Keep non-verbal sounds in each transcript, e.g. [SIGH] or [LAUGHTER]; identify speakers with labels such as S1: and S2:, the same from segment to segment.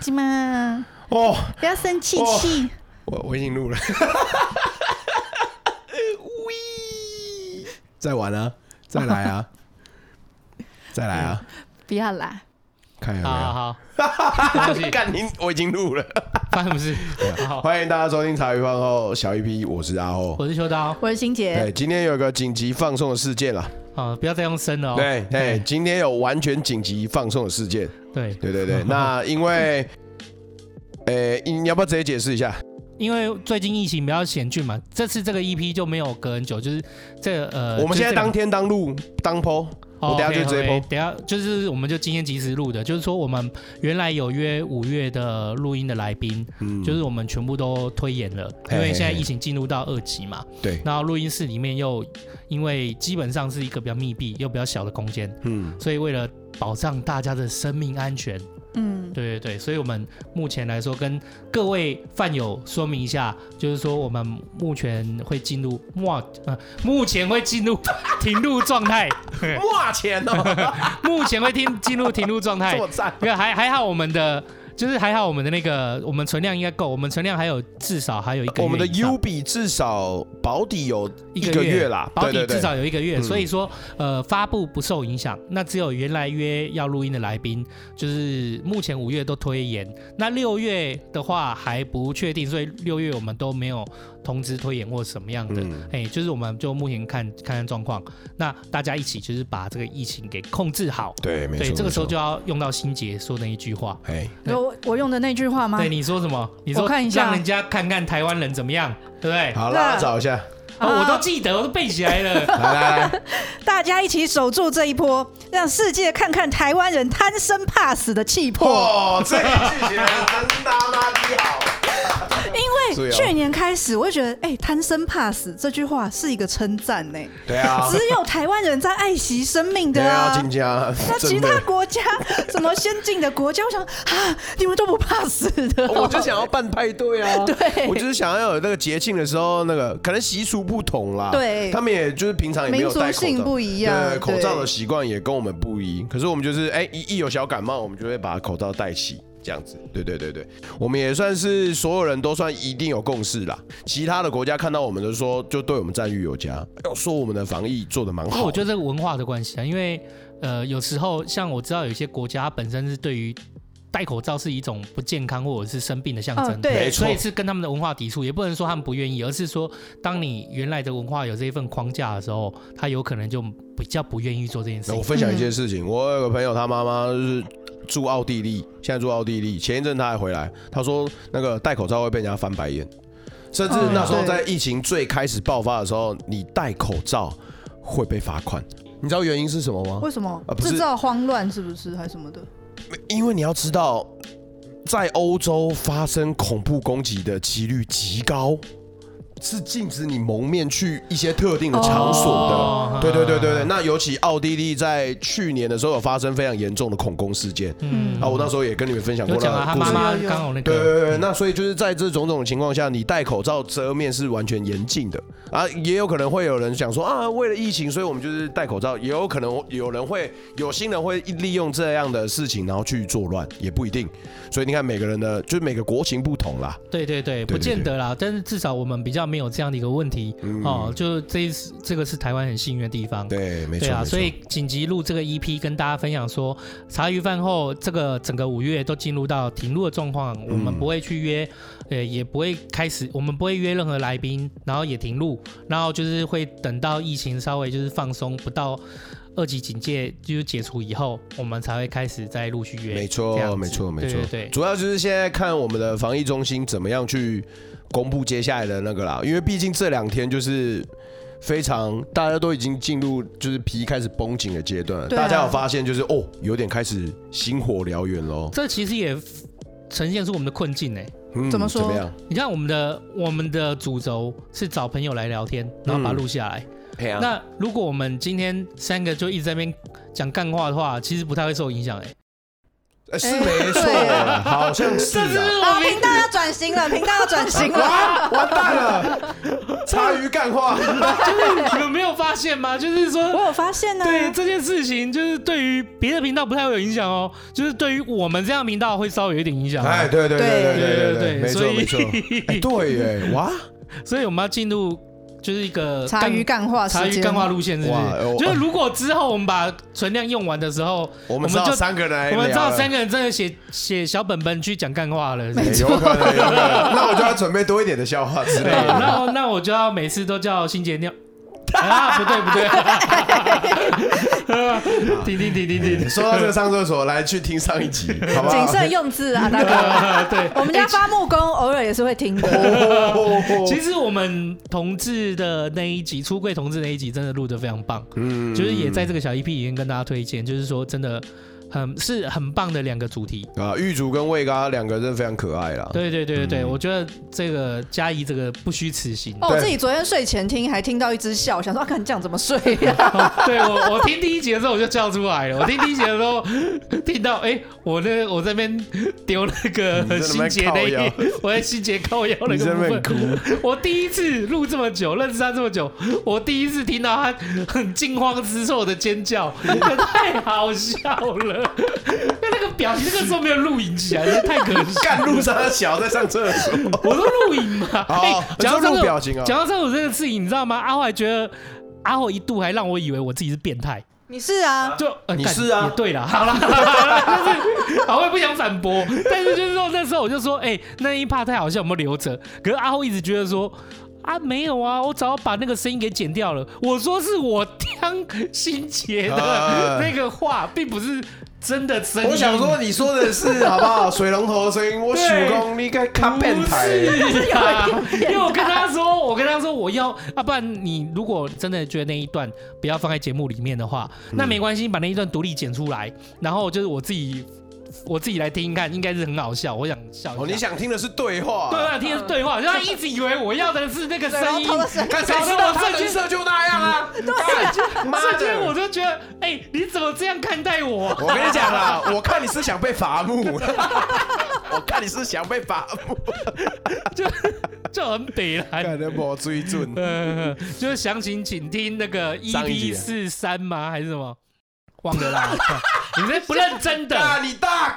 S1: 子嘛，
S2: 哦，
S1: 不要生气气。
S2: 我我已经录了，喂，再玩啊，再来啊，再来啊，
S1: 不要啦，
S2: 看有没
S3: 好
S2: 有？[LAUGHS]
S3: 好好，没关系
S2: 干啊你，我已经录了。
S3: 发生什么事？好，
S2: 欢迎大家收听茶余饭后小一 P，我是阿后。
S3: 我是秋刀，
S1: 我是欣
S2: 对，
S1: 姐，
S2: 今天有个紧急放送的事件了。
S3: 哦，不要再用生了哦。
S2: 对，哎，
S3: 对
S2: 今天有完全紧急放送的事件。
S3: 对，
S2: 对对
S3: [LAUGHS]
S2: 对，那因为，诶，你要不要直接解释一下？
S3: 因为最近疫情比较险峻嘛，这次这个 EP 就没有隔很久，就是这个呃，
S2: 我们现在当
S3: 天，
S2: 天当录当 PO，我等下就直接
S3: OK，OK，
S2: 播
S3: 等下就是我们就今天及时录的，就是说我们原来有约五月的录音的来宾，
S2: 嗯
S3: 就是我们全部都推延了，
S2: 嘿
S3: 因为
S2: 嘿
S3: 现在
S2: 嘿
S3: 疫情进入到二级嘛，
S2: 对，
S3: 然后录音室里面又因为基本上是一个比较密闭又比较小的空间，
S2: 嗯，
S3: 所以为了保障大家的生命安全，
S1: 嗯，
S3: 对对对，所以我们目前来说跟各位饭友说明一下，就是说我们目前会进入末呃，目前会
S2: [LAUGHS]
S3: 进入停录状态，
S2: 哇钱哦，
S3: 目前会进进入停录状态
S2: 这。么赞，
S3: 因为还还好我们的就是还好我们的那个我们存量应该够，我们存量还有至少还有一个月
S2: 我们的
S3: 以上
S2: U 比至少保底有
S3: 一
S2: 一
S3: 个
S2: 个
S3: 月
S2: 月啦，
S3: 保
S2: 对
S3: 底
S2: 对
S3: 至
S2: 对，
S3: 少有一个月，
S2: 嗯
S3: 所以说呃发布不受影响。那只有原来约要录音的来宾，就是目前五月都推延。那六月的话还不确定，所以六月我们都没有通知推延或什么样的。
S2: 嗯
S3: 哎、就是我们就目前看看看状况，那大家一起就是把这个疫情给控制好。
S2: 对，没错，
S3: 对，这个时候
S2: 没错
S3: 就要用到心杰说那一句话。
S2: 哎，
S3: 对
S1: 有我用的那句话吗？
S3: 对，你说什么？你说
S1: 我看一下
S3: 让人家看看台湾人怎么样，对不对？
S2: 好，
S1: 那
S2: 大家找一下，
S3: 哦，我都
S1: 啊
S3: 记得，我都背起来
S2: 来
S3: 了。
S2: 来来，
S1: 大家一起守住这一波，让世界看看台湾人贪生怕死的气魄。
S2: 嚯，这一句写的真他妈的好，
S1: 因
S2: 对
S1: 为
S2: 啊
S1: 去年开始，我就觉得，哎，贪生怕死这句话是一个称赞呢，
S2: 对啊，
S1: 只有台湾人在爱惜生命
S2: 对
S1: 的
S2: 啊，
S1: 啊
S2: 金。家，
S1: 那其
S2: 真
S1: 他
S2: 的，
S1: 国家，什么先进的国家， [LAUGHS] 我想啊，你们都不怕死的哦、
S2: 我就想要办派对啊，
S1: [LAUGHS] 对
S2: 我就是想要有那个节庆的时候，那个可能习俗不同啦，
S1: 对
S2: 他们也就是平常也没有
S1: 民族
S2: 戴口罩，
S1: 性不一样对
S2: 对，口罩的习惯也跟我们不一，可是我们就是哎、一一有小感冒，我们就会把口罩戴起。这样子，对对对对，我们也算是所有人都算一定有共识啦。其他的国家看到我们就说，就对我们赞誉有加，要说我们的防疫做的蛮
S3: 因为
S2: 好
S3: 我。觉得这个文化的关系啊，因为呃，有时候像我知道有些国家它本身是对于戴口罩是一种不健康或者是生病的象征，
S1: 哦对
S2: 没错
S3: 所以是跟他们的文化抵触，也不能说他们不愿意，而是说当你原来的文化有这一份框架的时候，他有可能就比较不愿意做这件事
S2: 那我
S3: 情。
S2: 分享一件事情，我有个朋友，他妈妈就是住奥地利，现在住奥地利。前一阵他还回来，他说那个戴口罩会被人家翻白眼，甚至
S1: 嗯
S2: 那时候
S1: 对
S2: 在疫情最开始爆发的时候，你戴口罩会被罚款。你知道原因是什么吗？
S1: 为什么
S2: 啊不是
S1: 制造慌乱是不是还是什么的？
S2: 因为你要知道，在欧洲发生恐怖攻击的几率极高，是禁止你蒙面去一些特定的场所的。
S3: 哦
S2: 对对对对对，那尤其奥地利在去年的时候有发生非常严重的恐攻事件，
S3: 嗯
S2: 啊，我那时候也跟你们分享过
S3: 有
S2: 那
S3: 讲啊，
S2: 个
S3: 他
S2: 故
S3: 妈
S2: 事。
S3: 妈啊刚好那
S2: 对
S3: 个，
S2: 对对，那所以就是在这种种情况下，你戴口罩遮面是完全严禁的啊，也有可能会有人想说啊，为了疫情，所以我们就是戴口罩，也有可能有人会有心人会利用这样的事情，然后去作乱，也不一定。所以你看每个人的，就是每个国情不同啦。
S3: 对对
S2: 对
S3: 对，不见得啦，但是至少我们比较没有这样的一个问题
S2: 嗯
S3: 哦，就这一次这个是台湾很幸运的地方。
S2: 对，没错。
S3: 对啊，
S2: 没错
S3: 所以紧急录这个 EP 跟大家分享说，茶余饭后这个整个五月都进入到停录的状况，我
S2: 嗯
S3: 们不会去约，呃，也不会开始，我们不会约任何来宾，然后也停录，然后就是会等到疫情稍微就是放松，不到二级警戒就是解除以后，我们才会开始再陆续约。
S2: 没
S3: 这
S2: 错，
S3: 样子
S2: 没错，没错。
S3: 对对对
S2: 主要就是现在看我们的防疫中心怎么样去公布接下来的那个啦，因为毕竟这两天就是非常大家都已经进入就是皮开始绷紧的阶段了，
S1: 对啊
S2: 大家有发现就是哦，有点开始星火燎原喽。
S3: 这其实也呈现出我们的困境哎、
S2: 嗯
S1: 怎么说
S2: 怎么样？
S3: 你看我们的我们的主轴是找朋友来聊天，然
S2: 嗯
S3: 后把它录下来。
S2: 嘿啊
S3: 那如果我们今天三个就一直在那边讲干话的话，其实不太会受影响哎、
S2: 呃是没错
S1: 对啊，
S2: 好像是啊。
S3: [LAUGHS]
S1: 啊，频道要转型 [LAUGHS] 了，频道要转型了。
S2: 哇，完蛋了！茶余干话，
S3: 就是你们没有发现吗？就是
S1: [LAUGHS] 我
S3: 说，
S1: 有发现呢、
S3: 对这件事情，就是对于别的频道不太会有影响哦，就是对于我们这样频道会稍微有一点影响哦。
S2: 哎，对对对对对，没错
S3: 所以
S2: 没错，哎，对耶，哇
S3: 所以我们要进入就是一个
S1: 茶余干话时
S3: 茶
S1: 间，
S3: 余干话路线，是不
S2: 哇
S3: 是
S2: 我？
S3: 就是如果之后我们把存量用完的时候，
S2: 我
S3: 们
S2: 们知道
S3: 就
S2: 三个人来
S3: 我们知
S2: 聊
S3: 道
S2: 了
S3: 三个人真的写写小本本去讲干话了。是不
S2: 哎
S3: 是
S2: 有可能，有可能。那我就要准备多一点的笑话之类 [LAUGHS]
S3: 对，
S2: 的。
S3: 那我那我就要每次都叫新杰尿。啊，不对不对， [LAUGHS] 停停停停
S2: [LAUGHS]
S3: 停，
S2: 说到这个上厕所，来去听上一 [LAUGHS] 集，好不好？
S1: 谨慎用字
S3: [LAUGHS]
S1: 啊，大哥。
S3: 呃对，
S1: 我们家发木工偶尔也是会听的，
S2: 哦
S3: 其实我们同志的那一集，出柜同志那一集真的录得非常棒，
S2: 嗯
S3: 就是也在这个小 EP 里面跟大家推荐，就是说真的很是很棒的两个主题。
S2: 啊，玉竹跟魏刚两个真的非常可爱啦。
S3: 对对对对对，我觉得这个嘉怡这个不虚此行。
S1: 哦，我
S2: 对
S1: 自己昨天睡前听还听到一只笑，想说啊，看这样怎么睡啊呀、
S3: [LAUGHS] 对我，我听第一集的时候我就叫出来了。我听第一集的时候，听到哎、我那我这边丢那
S2: 你
S3: 个
S2: 在那边
S3: 心结那
S2: 靠腰
S3: 一，我在心结靠腰那
S2: 你在
S3: 个
S2: 那边
S3: 部分，我第一次录这么久，认识他这么久，我第一次听到他很惊慌失措的尖叫，太好笑了。那个表情，那个时候没有录影起来，真的太可惜。
S2: [LAUGHS] 干路上的小在上厕 [LAUGHS] 所，
S3: 我说录影嘛，哎、
S2: 好，
S3: 讲到
S2: 这
S3: 这
S2: 录
S3: 个，
S2: 表情啊，
S3: 讲到这个这个事情，你知道吗？阿华觉得。阿华一度还让我以为我自己是变态，
S1: 你是啊，
S3: 就、呃、
S2: 你
S3: 干
S2: 是啊
S3: 也对啦，好啦， [LAUGHS] 好啦就是好，我也不想反驳，但是就是说那时候我就说，哎、那一趴太好笑，我们留着。可是阿后一直觉得说。啊，没有啊，我早把那个声音给剪掉了。我说是我当心杰的
S2: 啊
S3: 那个话，并不是真的声音。
S2: 我想说，你说的是好不
S3: [LAUGHS]
S2: 好？水龙头的声音，我许工你该看
S3: 不
S2: 变态欸。
S3: 是啊，因为我跟他说，我跟他说我要，啊，不然你如果真的觉得那一段不要放在节目里面的话，
S2: 嗯
S3: 那没关系，把那一段独立剪出来，然后就是我自己我自己来听看，应该是很好笑，我想笑一下。
S2: 哦，你想听的是对话，
S3: 对啊，听的是对话，就他一直以为我要的是那个
S1: 然
S3: 声
S1: 后
S3: 音
S1: 偷。了声音，
S2: 看谁知道他人设就那样啊？对，妈
S3: 瞬间 [LAUGHS] 我
S2: 的！
S3: 就觉得，哎、你怎么这样看待我？
S2: 我跟你讲
S3: [LAUGHS]
S2: 啦，我看你是想被伐木，我看你是想被伐木，
S3: 就就很北蓝。
S2: 感觉没追准。
S3: 呃， [LAUGHS] 就是详情请听那个
S2: 上一
S3: EP
S2: 集啊
S3: 四三吗？还是什么？忘了
S2: [LAUGHS]
S3: 啦，你这不认真
S2: 大
S3: 的。
S2: 你大
S3: 呃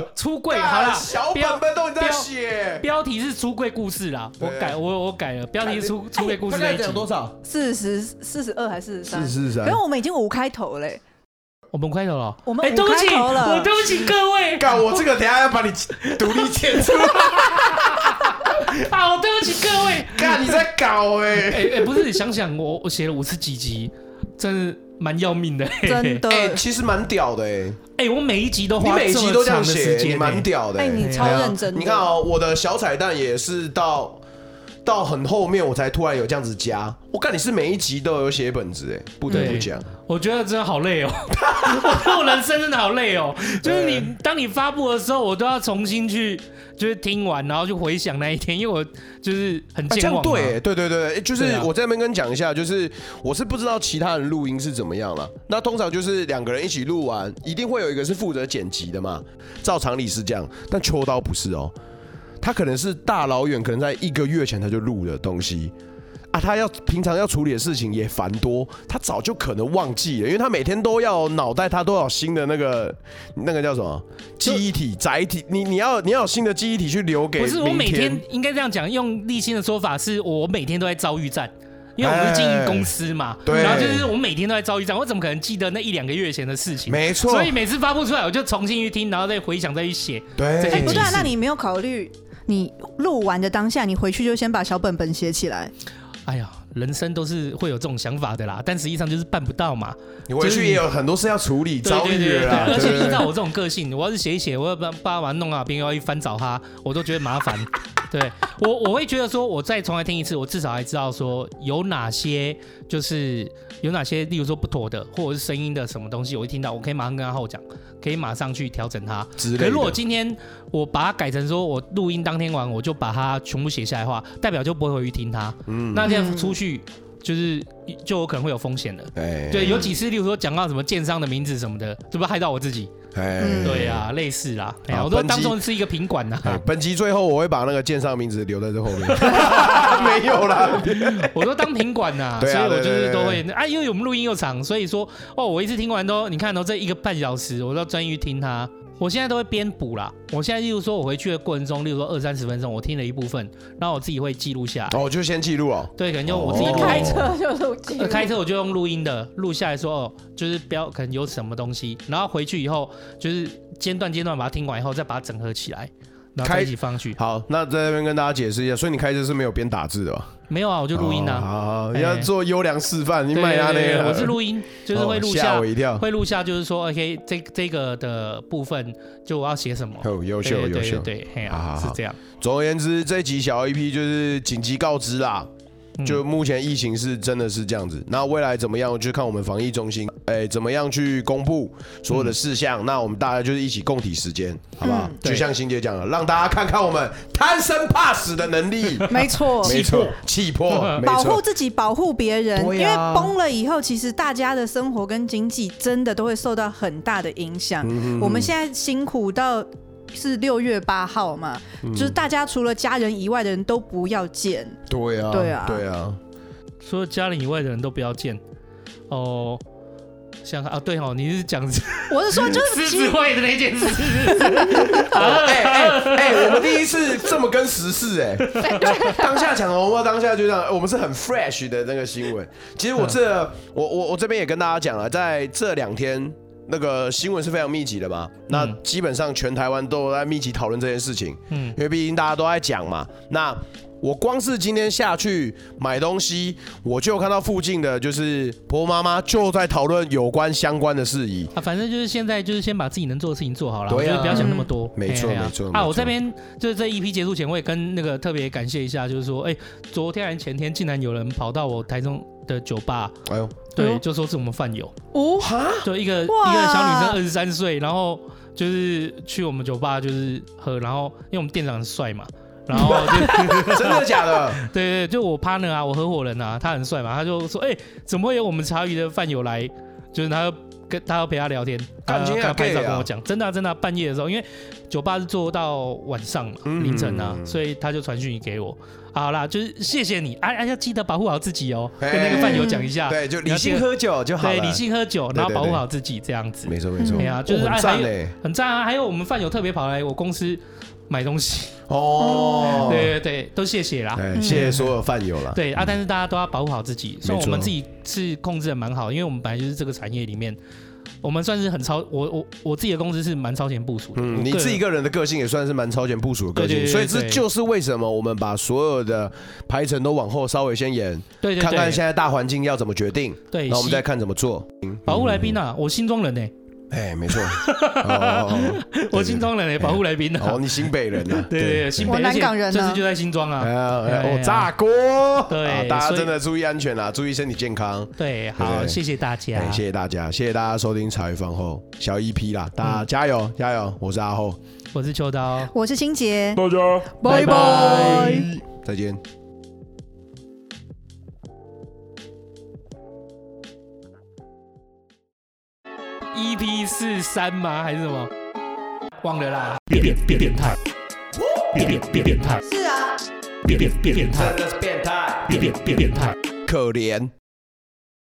S2: 哥，，
S3: 出柜好
S2: 大
S3: 啦，
S2: 小
S3: 不要
S2: 本本都你在写。
S3: 标题是出柜故事啦，我
S2: 对哎
S3: 改我我改了，标题是出出柜故事
S2: 大
S3: 那
S2: 概
S3: 一集
S2: 讲。多少？
S1: 四十四十二还是四十三？
S2: 是
S1: 可是我们已经五开头嘞，
S3: 我们开头了，
S1: 我们
S3: 哎，对不起，
S1: 五开头了
S3: 我对不起各位，
S2: 干我这个，等一下要把你独立剪
S3: [LAUGHS]
S2: 出来。
S3: 啊，我对不起各位。
S2: [LAUGHS] 干你在搞哎！
S3: 哎哎，不是，想想我我写了五十几集，真是蛮要命的。嘿嘿
S1: 真的。
S2: 哎，其实蛮屌的哎，
S3: [LAUGHS] 哎，我每一集都
S2: 你
S3: 呃花
S2: 每集都这样
S3: 么长的时
S2: 写，你
S3: 间，
S2: 蛮
S3: 哎
S2: 屌的
S1: 哎、
S2: 欸。
S1: 你超
S2: 对啊
S1: 认真的。
S2: 你看哦，我的小彩蛋也是到到很后面我才突然有这样子加。我干你是每一集都有写本子哎，不得不
S3: 对
S2: 讲。
S3: 我觉得真的好累哦， [LAUGHS] 我觉得我人生真的好累哦。就是你当你发布的时候，我都要重新去就是听完，然后去回想那一天，因为我就是很
S2: 啊、这
S3: 健
S2: 样
S3: 忘嘛。
S2: 对欸，对对对，欸就是
S3: 对啊
S2: 我在那边跟讲一下，就是我是不知道其他人录音是怎么样了。那通常就是两个人一起录完，一定会有一个是负责剪辑的嘛，照常理是这样。但秋刀不是哦，他可能是大老远，可能在一个月前他就录的东西。啊，他要平常要处理的事情也繁多，他早就可能忘记了，因为他每天都要脑袋，他都要有新的那个那个叫什么记忆体载体，你你要你要有新的记忆体去留给
S3: 不是我
S2: 明
S3: 每天应该这样讲，用立新的说法是，我每天都在遭遇战。因为我
S2: 哎
S3: 们是经营公司嘛，
S2: 对
S3: 然后就是我每天都在遭遇战，我怎么可能记得那一两个月前的事情？
S2: 没错，
S3: 所以每次发布出来，我就重新去听，然后再回想，再去写。
S2: 对，
S1: 哎、
S3: 这
S1: 不对、啊，
S3: 是
S1: 那你没有考虑，你录完的当下，你回去就先把小本本写起来。
S3: 哎呀，人生都是会有这种想法的啦，但实际上就是办不到嘛。
S2: 你回去也有很多事要处理，
S3: 对
S2: 遭遇啊
S3: 对对
S2: 了啦，
S3: 而
S2: 对
S3: 且
S2: 不
S3: 依照
S2: 对？
S3: 我这种个性，我要是写一写，我要把把它弄啊，别人要一翻找他，我都觉得麻
S2: [LAUGHS]
S3: 烦。对我我会觉得说，我再重来听一次，我至少还知道说有哪些就是有哪些，例如说不妥的，或者是声音的什么东西，我一听到，我可以马上跟他后讲，可以马上去调整它。
S2: 之
S3: 可
S2: 类
S3: 是如果
S2: 的。
S3: 今天我把它改成说我录音当天晚我就把它全部写下来的话，代表就不会回去听它。
S2: 嗯
S3: 那这样出去就是就有可能会有风险的。
S2: 哎
S3: 对，有几次，例如说讲到什么建商的名字什么的，这不是害到我自己？
S2: 哎，
S3: 对啊，类似啦，哎呀，
S2: 好
S3: 我都
S2: 本集
S3: 当中是一个品管呐、 [LAUGHS]
S2: 哎本集最后我会把那个建商名字留在这后面，没有啦，
S3: 我都当品管呐、
S2: [LAUGHS] 对啊
S3: 所以我就
S2: 对对对
S3: 是都会啊，因为我们录音又长，所以说哦，我一次听完都，你看哦，这一个半小时我都专于听它。我现在都会边补啦，我现在例如说我回去的过程中，例如说二三十分钟，我听了一部分，然后我自己会记录下来。
S2: 哦，就先记录哦。
S3: 对，可能就
S2: 哦
S3: 我自己
S1: 你
S2: 哦
S1: 开车就录进
S3: 呃，开车我就用录音的录下来说，哦，就是不要可能有什么东西，然后回去以后就是间断间断把它听完以后，再把它整合起来，然后
S2: 开
S3: 再一起放上去。
S2: 好，那在这边跟大家解释一下，所以你开车是没有边打字的吧？
S3: 没有啊，我就录音
S2: 哦
S3: 啊。
S2: 好好，好
S3: 哎
S2: 要做优良示范，你
S3: 对
S2: 卖他
S3: 对对
S2: 那
S3: 对
S2: 个，
S3: 我是录音，就是会录
S2: 哦
S3: 下
S2: 我一跳。
S3: 会录下，就是说，OK，这这个的部分就我要写什么。
S2: 哦，优
S3: 对
S2: 秀
S3: 对
S2: 优
S3: 对
S2: 秀
S3: 对。对，嘿
S2: 好好
S3: 啊，
S2: 好
S3: 是这样。
S2: 总而言之，这一集小 EP 就是紧急告知啦，
S3: 嗯
S2: 就目前疫情是真的是这样子。那未来怎么样，就看我们防疫中心，哎，怎么样去公布所有的事项。那我们大家就是一起共体时间，好不好？
S1: 嗯
S2: 就
S3: 对
S2: 像欣姐讲的，让大家看看我们贪生怕死的能力。
S1: 没错，
S2: 没错，气魄，没
S1: 保护
S2: 错。
S1: 自己，保护别人，
S2: 对
S1: 因为
S2: 啊
S1: 崩了以后，其实大家的生活跟经济真的都会受到很大的影
S2: 嗯
S1: 响。我们现在辛苦到。是六月八号嘛？
S2: 嗯
S1: 就是大家除了家人以外的人都不要见，
S2: 对啊，
S1: 对啊
S2: 对啊，
S3: 除了家里以外的人都不要见哦。想啊，对哦，你
S2: [LAUGHS]
S3: 是讲
S1: 我是说，就
S3: 狮
S1: 是
S3: 子
S1: 其
S3: 会的那件事，
S2: 哎
S3: [LAUGHS]
S2: 哎哎，我们第一次这么跟时事 [LAUGHS] 哎、当下抢红包，当下就这样，我们是很 fresh 的那个新闻。其实我这我我我这边也跟大家讲了，在这两天。那个新闻是非常密集的嘛，那
S3: 嗯
S2: 基本上全台湾都在密集讨论这件事情，
S3: 嗯
S2: 因为毕竟大家都在讲嘛。那我光是今天下去买东西，我就有看到附近的就是婆婆妈妈就在讨论有关相关的事宜。
S3: 啊，反正就是现在就是先把自己能做的事情做好了，
S2: 对啊
S3: 我觉得不要想那么多。
S2: 没错
S3: 哎呀
S2: 没错没
S3: 啊，
S2: 错
S3: 我这边就是这一批结束前，我也跟那个特别感谢一下，就是说，哎，昨天还是前天，竟然有人跑到我台中的酒吧，
S2: 哎呦，
S1: 哎呦
S3: 对，就说是我们饭友，
S1: 五
S3: 就一个一个
S1: 哇
S3: 小女生二十三岁，然后就是去我们酒吧就是喝，然后因为我们店长很帅嘛。然后
S2: [LAUGHS]
S3: 就
S2: 真的假 [LAUGHS] 的？
S3: 对对，对就我 partner 啊，我合伙人啊，他很帅嘛，他就说，哎、怎么会有我们茶余的饭友来？就是他要跟他要陪他聊天，他
S2: 干
S3: 要
S2: 今
S3: 跟
S2: 天
S3: 他
S2: 也
S3: 拍
S2: gay
S3: 照
S2: 啊
S3: 跟我讲，真的啊、真的啊、半夜的时候，因为酒吧是做到晚上嘛，
S2: 嗯
S3: 凌晨啊，所以他就传讯息给我。好啦，就是谢谢你，哎、啊、哎、要记得保护好自己哦，
S2: 嘿
S3: 跟那个饭友讲一下，
S2: 哎对，就理
S3: 了
S2: 性
S3: 解
S2: 喝酒就好了。
S3: 对，理性喝酒，
S2: 对
S3: 然后
S2: 对
S3: 保护
S2: 对
S3: 好自己这样子。
S2: 没错没错，
S3: 对啊就是
S2: 哦很
S3: 哎
S2: 赞
S3: 还有
S2: 嘞。
S3: 很赞啊！还有我们饭友特别跑来我公司买东西，
S2: 哦，
S3: 对对对，都谢谢啦。
S2: 哎，
S1: 嗯
S2: 谢谢所有饭友啦。
S3: 对啊，但是大家都要保护好自己。虽然
S2: 没
S3: 我
S2: 错
S3: 们自己是控制的蛮好，因为我们本来就是这个产业里面，我们算是很超。我我我自己的公司是蛮超前部署的。我
S2: 嗯，
S3: 个
S2: 你
S3: 人
S2: 自己个人的个性也算是蛮超前部署的个
S3: 对
S2: 性，
S3: 对对
S2: 所以这
S3: 对
S2: 就是为什么我们把所有的排程都往后稍微先延，
S3: 对对
S2: 看看
S3: 对
S2: 现在大环境要怎么决定，
S3: 对，
S2: 然后我们再
S3: 习
S2: 看怎么做。嗯
S3: 保护来宾，啊，我新庄人呢，
S2: 哎，没错，哦
S3: [LAUGHS]
S2: 哦
S3: 我新庄人呢，保护来宾
S2: 哦哦，
S3: 啊。
S2: 你新北人啊，
S3: [LAUGHS] 对对对，新北
S1: 我南港人啊
S3: 而且这次就在新庄
S2: 哎
S3: 啊。
S2: 呀，
S3: 哎
S2: 哎
S3: 呀
S2: 哦，炸锅！
S3: 对
S2: 啊大家
S3: 所以
S2: 真的注意安全啦，啊注意身体健康。
S3: 对，
S2: 对
S3: 好，
S2: 对
S3: 谢谢大家
S2: 哎，。谢谢大家，谢谢大家收听茶余饭后小 EP 啦，大家加油加油！我是阿后，
S3: 我是秋刀，
S1: 我是欣杰，
S2: 大家
S1: 拜拜。
S2: 再见。
S3: EP E 四三吗？还是什么？忘了啦。
S4: 变变变变态，变变变变态，
S1: 是啊。
S4: 变变变变态，
S2: 的是变态，
S4: 变变变变态。
S2: 可怜。